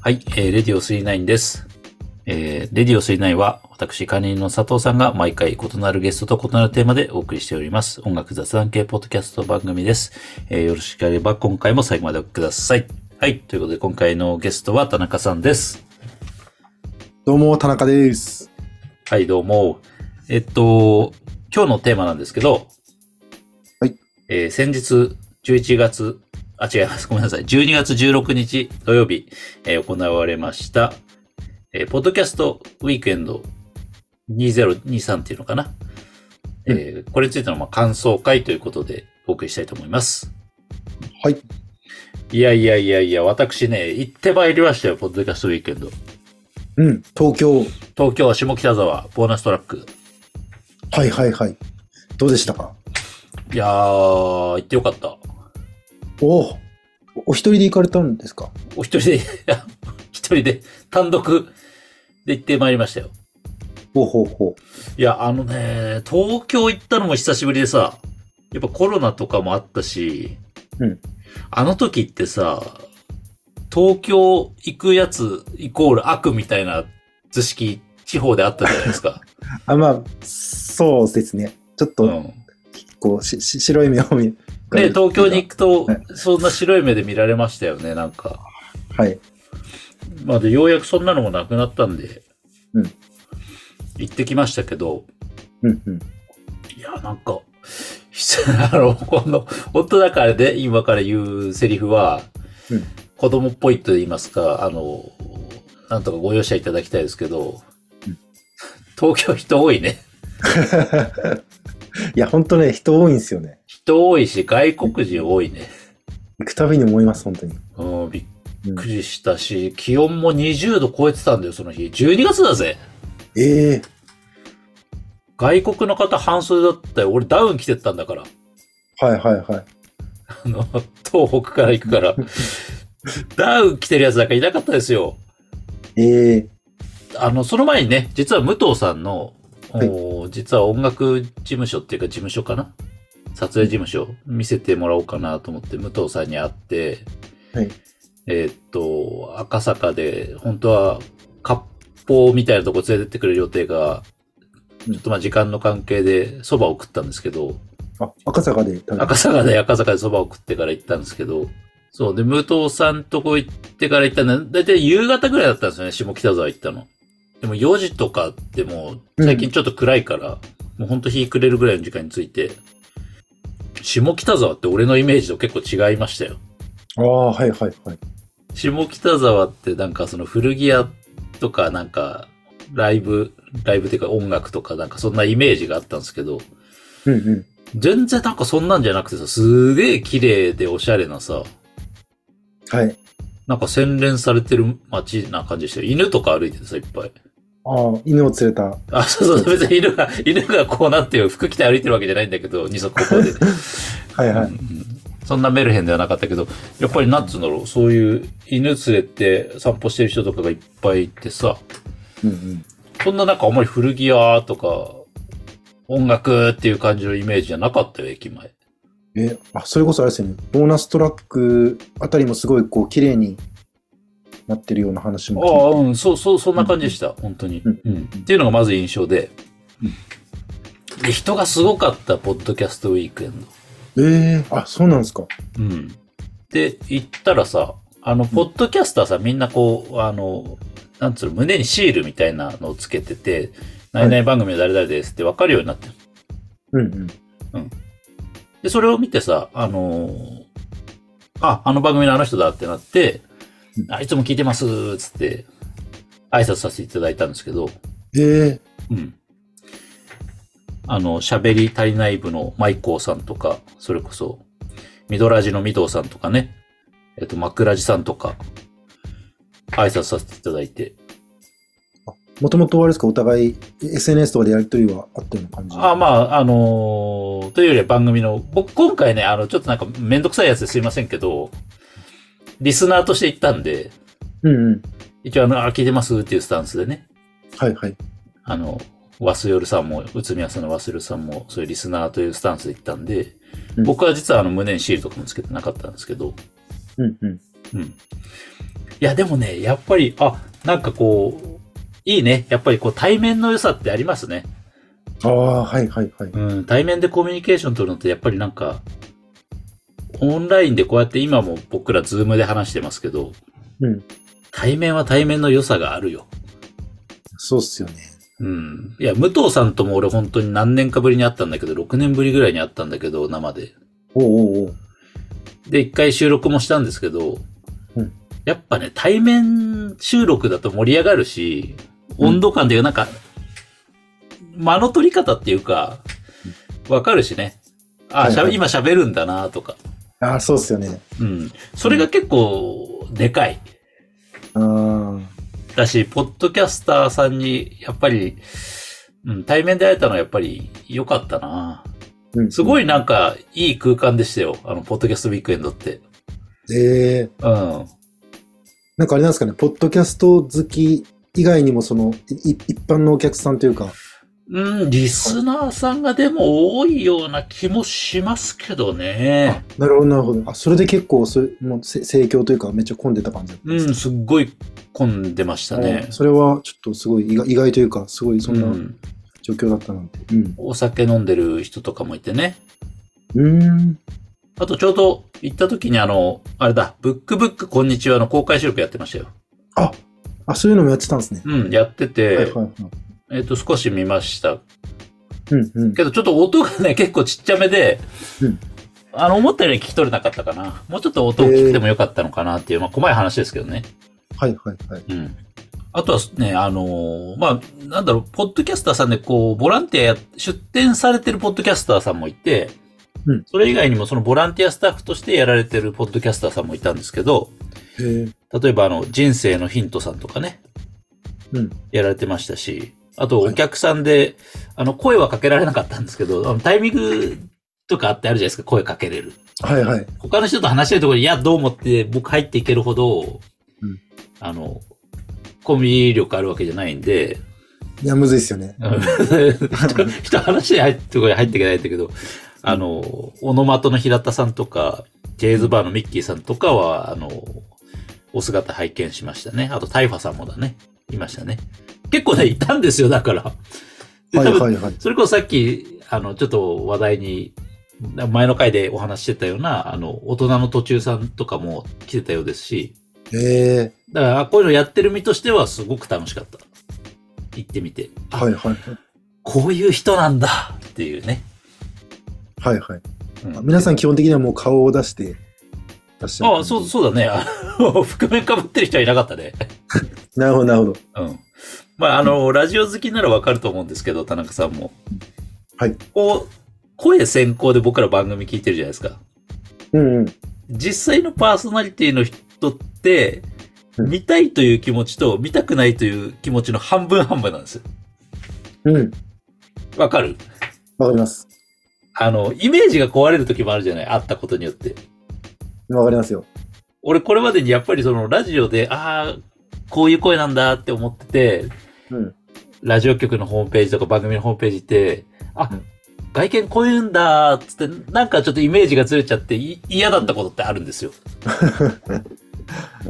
はい、えー、レディオ39です。えー、レディオ39は、私、管理人の佐藤さんが毎回異なるゲストと異なるテーマでお送りしております。音楽雑談系ポッドキャスト番組です。えー、よろしければ今回も最後までお聞きください。はい、ということで今回のゲストは田中さんです。どうも、田中です。はい、どうも。えっと、今日のテーマなんですけど、はい。えー先日、11月、あ、違います。ごめんなさい。12月16日土曜日、えー行われました、えーポッドキャストウィークエンド2023っていうのかな。えーこれについての、まあ、感想会ということでお送りしたいと思います。はい。いやいやいやいや、私ね、行ってまいりましたよ、ポッドキャストウィークエンド。うん、東京。東京、下北沢、ボーナストラック。はいはいはい。どうでしたかいやー、行ってよかった。おお、お一人で行かれたんですかお一人で、い や一人で単独で行ってまいりましたよ。ほうほうほいや、あのね、東京行ったのも久しぶりでさ、やっぱコロナとかもあったし、うんあの時ってさ、東京行くやつイコール悪みたいな図式、地方であったじゃないです か。う。あ、まあ、そうですね。ちょっうと、ん、こう、しし白い目を見る。で、東京に行。くとはい、そんな白い目で見られましたよね、なんか。はい。まあ、でようやくそんなのもなくなったんで、うん行ってきましたけど、うん うん。いや、なんか、あの、この、本当だからね、今から言うセリフは、うん子供っぽいと言いますか、あの、なんとかご容赦いただきたいですけど、うん東京人多いね。いや、ほんとね、人多いんですよね。人多いし、外国人多いね。行くたびに思います、本当に。うん、びっうんくりしたし、気温も20度超えてたんだよ、その日。12月だぜ。ええ外国の方半袖だったよ。俺ダウン着てったんだから。はいはいはい。あの、東北から行くから。ダウン着てるやつなんかいなかったですよ。ええあの、その前にね、実は武藤さんの、はいおー実は音楽事務所っていうか事務所かな撮影事務所見せてもらおうかなと思って武藤さんに会って、はいえーっと、赤坂で本当は割烹みたいなとこ連れてってくれる予定が、うんちょっとまあ時間の関係で蕎麦を食ったんですけど、あ、赤坂で食べた。赤坂で赤坂で蕎麦を食ってから行ったんですけど、そう。で、武藤さんとこ行ってから行ったんだ。だいたい夕方ぐらいだったんですよね、下北沢行ったの。でも4時とかってもう、最近ちょっと暗いから、もうほんと日暮れるぐらいの時間について、下北沢って俺のイメージと結構違いましたよ。ああ、はいはいはい。下北沢ってなんかその古着屋とかなんか、ライブ、ライブっていうか音楽とかなんかそんなイメージがあったんですけど、うんうん。全然なんかそんなんじゃなくてさ、すげえ綺麗でおしゃれなさ、はい。なんか洗練されてる街な感じでしたよ。犬とか歩いててさ、いっぱい。ああ、犬を連れた。あ、そう そう、別に犬が、犬がこうなって服着て歩いてるわけじゃないんだけど、二足歩行で。はい はい。うんうんそんなメルヘンではなかったけど、やっぱりなんつうんだろう、そういう犬連れて散歩してる人とかがいっぱいいてさ、うんうん。そんななんかあんまり古着屋とか、音楽っていう感じのイメージじゃなかったよ、駅前。え、あ、それこそあれですよね。ボーナストラックあたりもすごいこう綺麗になってるような話もああ、うん、そう、そう、そんな感じでした、本当に、うんうん。っていうのがまず印象で。で人がすごかった、ポッドキャストウィークエンド。聞いて。ええあ、そうなんですか。うん。で、行ったらさ、あの、ポッドキャスターさ、みんなこう、あの、なんつうの、胸にシールみたいなのをつけてて、はい何々番組は誰々ですって分かるようになってる。うんうん。で、それを見てさ、あのーあ、あの番組のあの人だってなって、うんあいつも聞いてます、つって、挨拶させていただいたんですけど、ええうん。あの、喋り足りない部のマイコーさんとか、それこそ、ミドラジのミドウさんとかね、えっと、マクラジさんとか、挨拶させていただいて。もともとあれですか、お互い SNS とかでやりとりはあったような感じ。あ、まあ、あのーというよりは番組の、僕今回ね、あの、ちょっとなんかめんどくさいやつですいませんけど、リスナーとして行ったんで、うんうん。一応あの、あ聞いてますっていうスタンスでね、はいはい。あの、ワスヨルさんも、宇都宮さんのワスヨルさんも、そういうリスナーというスタンスで行ったんで、うん僕は実はあの胸にシールとかもつけてなかったんですけど、うんうん。うん。いや、でもね、やっぱり、あ、なんかこう、いいね。やっぱりこう対面の良さってありますね。ああ、はいはいはい。うん、対面でコミュニケーション取るのってやっぱりなんか、オンラインでこうやって今も僕らズームで話してますけど、うん。対面は対面の良さがあるよ。そうっすよね。うん。いや、武藤さんとも俺本当に何年かぶりに会ったんだけど、6年ぶりぐらいに会ったんだけど、生で。おうおうおう。で、一回収録もしたんですけど、うんやっぱね、対面収録だと盛り上がるし、うん温度感というかなんか、間の取り方っていうか、わかるしね。あ、はいしゃはい今喋るんだなとか。ああ、そうっすよね。うん。それが結構、でかい。ああ。だし、ポッドキャスターさんに、やっぱり、うん、対面で会えたのはやっぱり良かったなうん、すい。ごいなんか、いい空間でしたよ。あの、ポッドキャストウィークエンドって。えー、うん。なんかあれなんですかね、ポッドキャスト好き以外にも、その、い一般のお客さんというか、うん、リスナーさんがでも多いような気もしますけどね。 なるほど、なるほど。あ、それで結構、それもうせ盛況というか、めっちゃ混んでた感じだったんうですん、すっごい混んでましたねあ。それはちょっとすごい意外意外というか、すごいそんうなん状況だったなんて。うん。お酒飲んでる人とかもいてね。うーん。あとちょうど行った時にあの、あれだ、ブックブックこんにちはの公開収録やってましたよ。あ、あ、そういうのもやってたんですね。うん、やってて、はいはいはい。えっ、と、少し見ました。うんうん。けど、ちょっと音がね、結構ちっちゃめで、うんあの、思ったより聞き取れなかったかな。もうちょっと音を聞いてもよかったのかなっていう、まあ、細い話ですけどね。はいはいはい。うん。あとはね、あのーまあ、なんだろう、ポッドキャスターさんで、こう、ボランティアや、出展されてるポッドキャスターさんもいて、うんそれ以外にも、そのボランティアスタッフとしてやられてるポッドキャスターさんもいたんですけど、えー、例えば、あの、人生のヒントさんとかね、うん。やられてましたし、あとお客さんで、あの、声はかけられなかったんですけど、あのタイミングとかあってあるじゃないですか、声かけれる。はいはい。他の人と話してるところに、いや、どうもって僕入っていけるほど、うんあの、コミュニ力あるわけじゃないんで、いや、むずいっすよね。 人人話で入ってところに入っていけないんだけど、あの、オノマトの平田さんとか、ジェイズバーのミッキーさんとかは、あの、お姿拝見しましたね。あと、タイファさんもだね。いましたね。結構ね、いたんですよ、だから。では多い分はいはい。それこそさっき、あの、ちょっと話題に、前の回でお話ししてたような、あの、大人の途中さんとかも来てたようですし、えだから、あこういうのやってる身としてはすごく楽しかった。行ってみて。ー、あ、はいはいこういう人なんだっていうね。はい。はいはい。うんあ皆さん基本的にはもう顔を出して出してあそう、そうだね。あの 覆面かぶってる人はいなかったね。う。なるほどなるほど。うん。まあ、あの、ラジオ好きならわかると思うんですけど、田中さんも。はい。こう、声先行で僕ら番組聞いてるじゃないですか。うんうん。実際のパーソナリティの人って、うん見たいという気持ちと見たくないという気持ちの半分半分なんですよ。うん。わかるわかります。あの、イメージが壊れる時もあるじゃない会ったことによって。わかりますよ。俺これまでにやっぱりそのラジオで、ああ、こういう声なんだって思ってて、うん。ラジオ局のホームページとか番組のホームページって、あ、うん外見こういうんだっつって、なんかちょっとイメージがずれちゃってい嫌だったことってあるんですよ。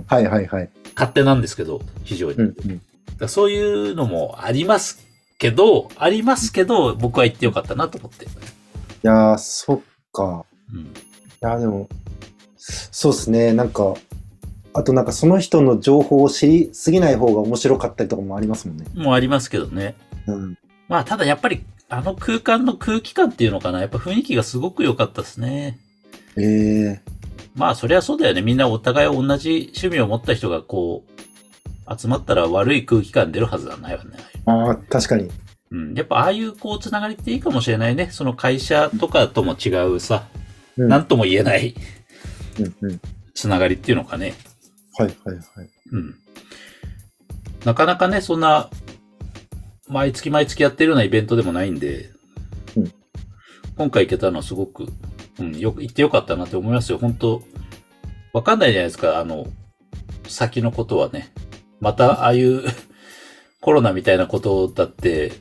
はいはいはい。勝手なんですけど、非常に。うんうん。だからそういうのもありますけど、ありますけど、僕は言ってよかったなと思って。いやー、そっか。うん。いやー、でも、そうですね。なんか、あとなんかその人の情報を知りすぎない方が面白かったりとかもありますもんね。もうありますけどね。うん。まあ、ただやっぱり、あの空間の空気感っていうのかな。やっぱ雰囲気がすごく良かったですね。ええまあ、そりゃそうだよね。みんなお互い同じ趣味を持った人がこう、集まったら悪い空気感出るはずはないわね。ああ、確かに。うん。やっぱああいうこう、つながりっていいかもしれないね。その会社とかとも違うさ、うんなんとも言えないうんうん。はいつながりっていうのかね。はいはい。うん。なかなかね、そんな、毎月毎月やってるようなイベントでもないんで、うん今回行けたのはすごく、うん、よく、行ってよかったなって思いますよ。本当わかんないじゃないですか、あの、先のことはね。また、ああいう、コロナみたいなことだって、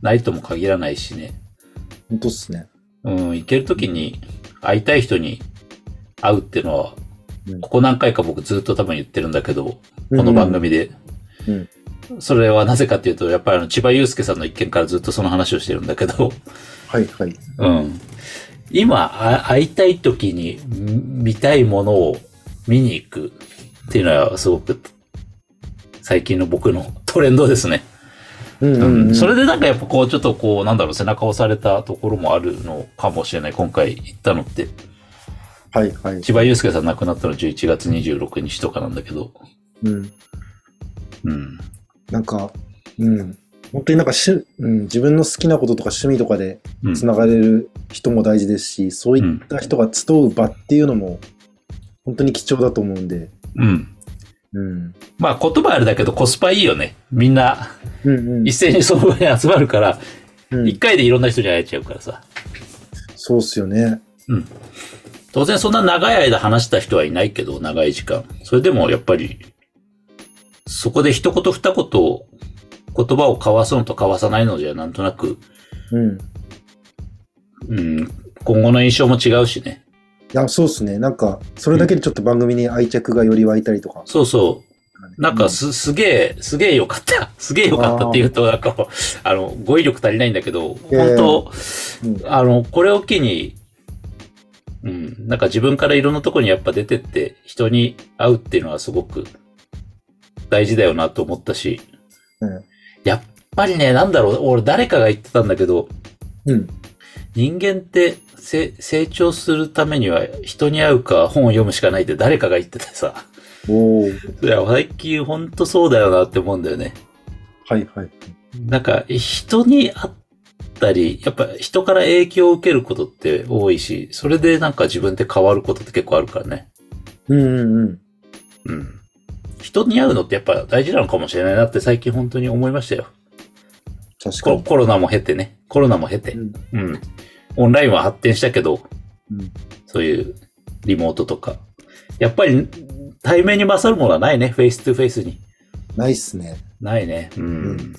ないとも限らないしね。本当っすね。うん、行けるときに、会いたい人に会うってのは、うんここ何回か僕ずっと多分言ってるんだけど、この番組で。うんそれはなぜかっていうと、やっぱりあの千葉祐介さんの一件からずっとその話をしてるんだけど、はいはい。うん。今、あ会いたい時にん見たいものを見に行くっていうのはすごく最近の僕の トレンドですね。うんううんん、うん、それでなんかやっぱこうちょっとこうなんだろう背中押されたところもあるのかもしれない今回行ったのってはいはい。千葉祐介さん亡くなったの11月26日とかなんだけどうん。うんなんか、うん。本当になんかし、うん、自分の好きなこととか趣味とかでうんつながれる人も大事ですし、そういった人が集う場っていうのも本当に貴重だと思うんで、うんうん。まあ言葉あれだけどコスパいいよねみんなうんうん一斉にその場に集まるからうん一回でいろんな人に会えちゃうからさそうっすよね。当然そんな長い間話した人はいないけど長い時間それでもやっぱりそこで一言二言言葉を交わすのと交わさないのじゃなんとなくうん。いうん、今後の印象も違うしね。や、そうっすね。なんか、それだけでちょっと番組に愛着がより湧いたりとか。そうそう。なんかす、すげえ、すげえよかった。すげえよかったって言うと、なんか、あの、語彙力足りないんだけど、いや本いや当、うん、あの、これを機に、うん、なんか自分からいろんなとこにやっぱ出てって、人に会うっていうのはすごく大事だよなと思ったし、うんやっぱりね、なんだろう、俺誰かが言ってたんだけど、うん。人間ってせ成長するためには人に会うか本を読むしかないって誰かが言っててさ。 おおいや、最近ほんとそうだよなって思うんだよね。はいはい。なんか人に会ったり、やっぱ人から影響を受けることって多いし、それでなんか自分って変わることって結構あるからね。うんうんうん。うん。人に会うのってやっぱ大事なのかもしれないなって最近本当に思いましたよ。確かコロに。コロナも経てね。コロナも経て。うんうん。オンラインは発展したけど、うんそういうリモートとか。やっぱり対面に勝るものはないね、フェイストゥフェイスに。ないっすね。ないね。うん。うん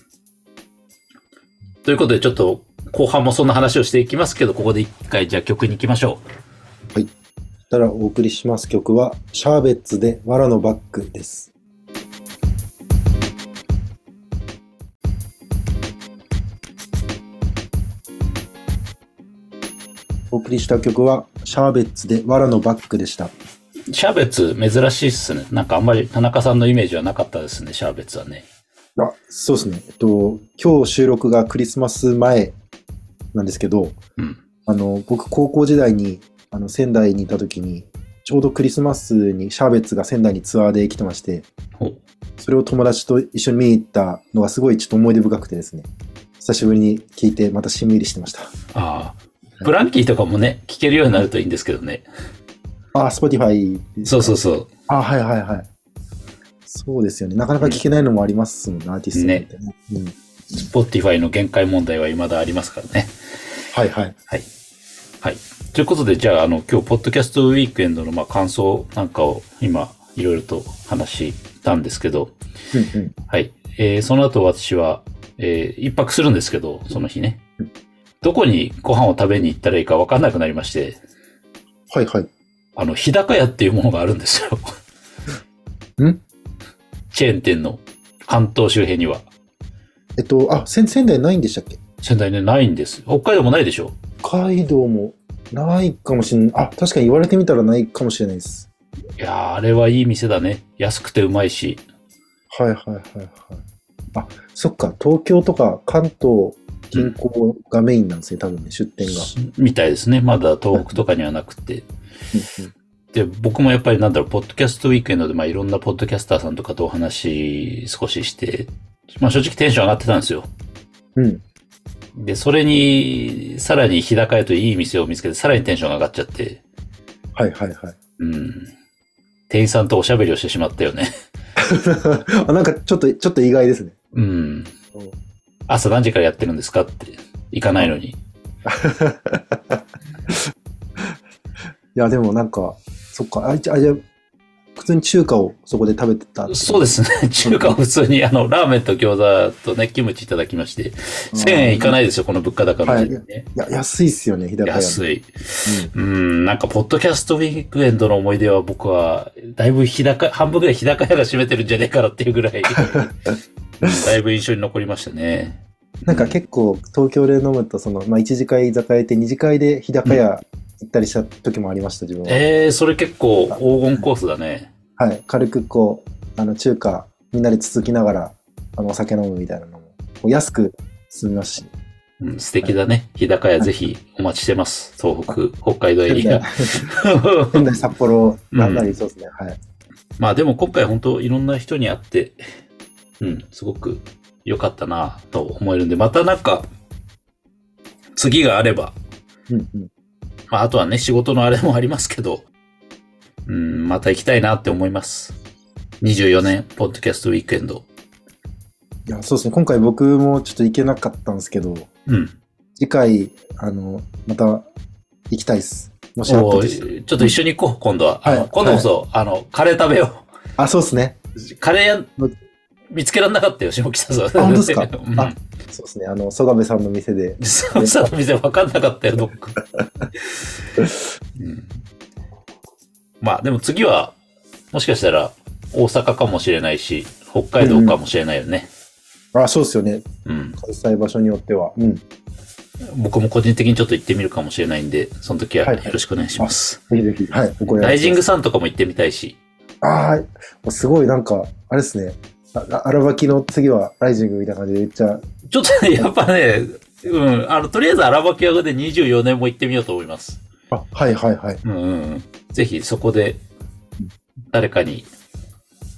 ということで、ちょっと後半もそんな話をしていきますけど、ここで一回じゃあ曲に行きましょたらお送りします曲は、シャーベッツで藁のバッグです。お送りした曲は、シャーベッツで藁のバッグでした。う。シャーベッツ珍しいっすね。なんかあんまり田中さんのイメージはなかったですね、シャーベッツはね。あそうですね。えっと、今日収録がクリスマス前なんですけど、うん。あの、僕高校時代に、あの、仙台にいた時に、ちょうどクリスマスにシャーベッツが仙台にツアーで来てまして、ほうそれを友達と一緒に見に行ったのがすごいちょっと思い出深くてですね、久しぶりに聞いてまたしんみりしてました。ああ。ブランキーとかもね、聴けるようになるといいんですけどね。あ、スポティファイ。。そうそううそあ、はいはいはい。そうですよね。なかなか聞けないのもありますもんね、アーティストによってね。うん。う。スポティファイの限界問題は未だありますからね。はいはい。はい。はい。ということで、じゃあ、あの、今日、ポッドキャストウィークエンドの、まあ、感想なんかを、今、いろいろと話したんですけど、うんうん。はい。えー、その後、私は、えー、一泊するんですけど、その日ねうん。どこにご飯を食べに行ったらいいか分かんなくなりまして、はいはい。あの、日高屋っていうものがあるんですよ。んチェーン店の関東周辺には。えっと、あ、仙仙台ないんでしたっけ仙台ね、ないんです。北海道もないでしょ北海道もないかもしれない。あ、確かに言われてみたらないかもしれないです。いやー、あれはいい店だね。安くてうまいし。はいはいはいはい。あ、そっか、東京とか関東近郊がメインなんですね、多分ね、出店が。みたいですね。まだ東北とかにはなくて。で、僕もやっぱりなんだろう、ポッドキャストウィークエンドで、まあいろんなポッドキャスターさんとかとお話少しして、まあ正直テンション上がってたんですよ。うん。で、それに、さらに日高屋といい店を見つけて、さらにテンション上がっちゃって、はいはいはい。うん。店員さんとおしゃべりをしてしまったよね。 あなんかちょっと、ちょっと意外ですね。うん。朝何時からやってるんですかって、行かないのに。いや、でもなんか、そっか、あ、じゃあ、じゃあ普通に中華をそこで食べてたってそうです ね。中華は普通に、あの、ラーメンと餃子とね、キムチいただきまして、1000円いかないですよ、この物価高の時代ね。いや、安いっすよね、日高屋。安い。うん、なんか、ポッドキャストウィークエンドの思い出は僕は、だいぶ日高、半分ぐらい日高屋が占めてるんじゃねえからっていうぐら い、だいぶ印象に残りましたね。なんか結構、東京で飲むと、その、まあ、1次会居酒屋行って、2次会で日高屋行ったりした時もありました、自分は。えー、それ結構黄金コースだね。はい、軽くこう、あの、中華、みんなでつつきながら、あの、お酒飲むみたいなのも、こう安く済みますし。うん、素敵だね。日高屋ぜひお待ちしてます。東北、北海道エ仙リア 台。、仙台札幌、なんなりそうですね、はい。まあでも今回本当いろんな人に会って、うん、すごく良かったなと思えるんで、またなんか、次があれば、うんうん。まああとはね、仕事のあれもありますけど、うん、また行きたいなって思います。24年、ポッドキャストウィークエンド。いや、そうですね、今回僕もちょっと行けなかったんですけど、うん。次回、あの、また行きたいです。もしあったおとーしてちょっと一緒に行こう、今度は。あのはい今度こそ、あの、カレー食べよう。あ、そうですね。カレー屋見つけられなかったよ、下北沢。あ本当ですか うんあそうですね。あの、曽我部さんの店で。下北沢の店分かんなかったよ、どっ か。うんまあ、でも次は、もしかしたら大阪かもしれないし、北海道かもしれないよね。あ、そうですよね。うん。関西場所によっては。うん。ぜ僕も個人的にちょっと行ってみるかもしれないんで、その時はははいはいよろしくお願いします。ひぜひ。はい。お声ライジングス。さんとかも行ってみたいし、ああ、すごいなんか、あれですね。あ荒脇の次はライジングみたいな感じでめっちゃ、ちょっとね、やっぱね、うん、あの、とりあえず荒牧屋で24年も行ってみようと思います。あ、はいはいはい。うんうんうん、ぜひそこで誰かに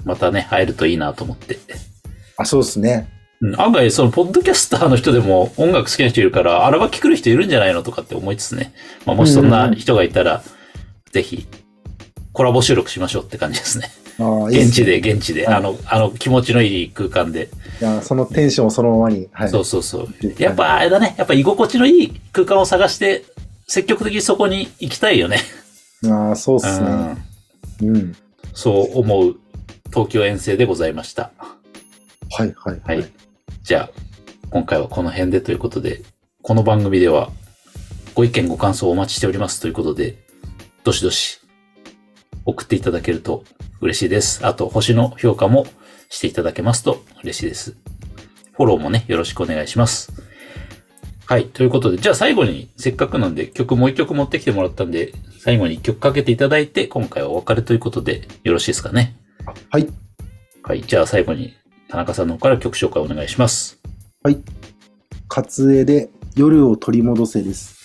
またね、会えるといいなと思って。あ、そうですね。うん、案外、その、ポッドキャスターの人でも音楽好きな人いるから、荒場来る人いるんじゃないのとかって思いつつね。まあ、もしそんな人がいたら、ぜひ、コラボ収録しましょうって感じですね。ああ、いい現す地ね。で、現地で、はいあの、あの、気持ちのいい空間で。いや、そのテンションをそのままに。はい。そうそうそう。やっぱ、あれだね。やっぱ、居心地のいい空間を探して、積極的にそこに行きたいよね。ああ、そうですうね。ん。うん。そう思う、東京遠征でございました。はいはいははいい。。じゃあ、今回はこの辺でということで、この番組では、ご意見ご感想をお待ちしておりますということで、どしどし送っていただけると嬉しいです。あと、星の評価もしていただけますと嬉しいです。フォローもね、よろしくお願いします。はい。ということで、じゃあ最後に、せっかくなんで曲もう一曲持ってきてもらったんで、最後に一曲かけていただいて、今回はお別れということで、よろしいですかね。はい。はい。じゃあ最後に、田中さんの方から曲紹介お願いします。勝江で夜を取り戻せです。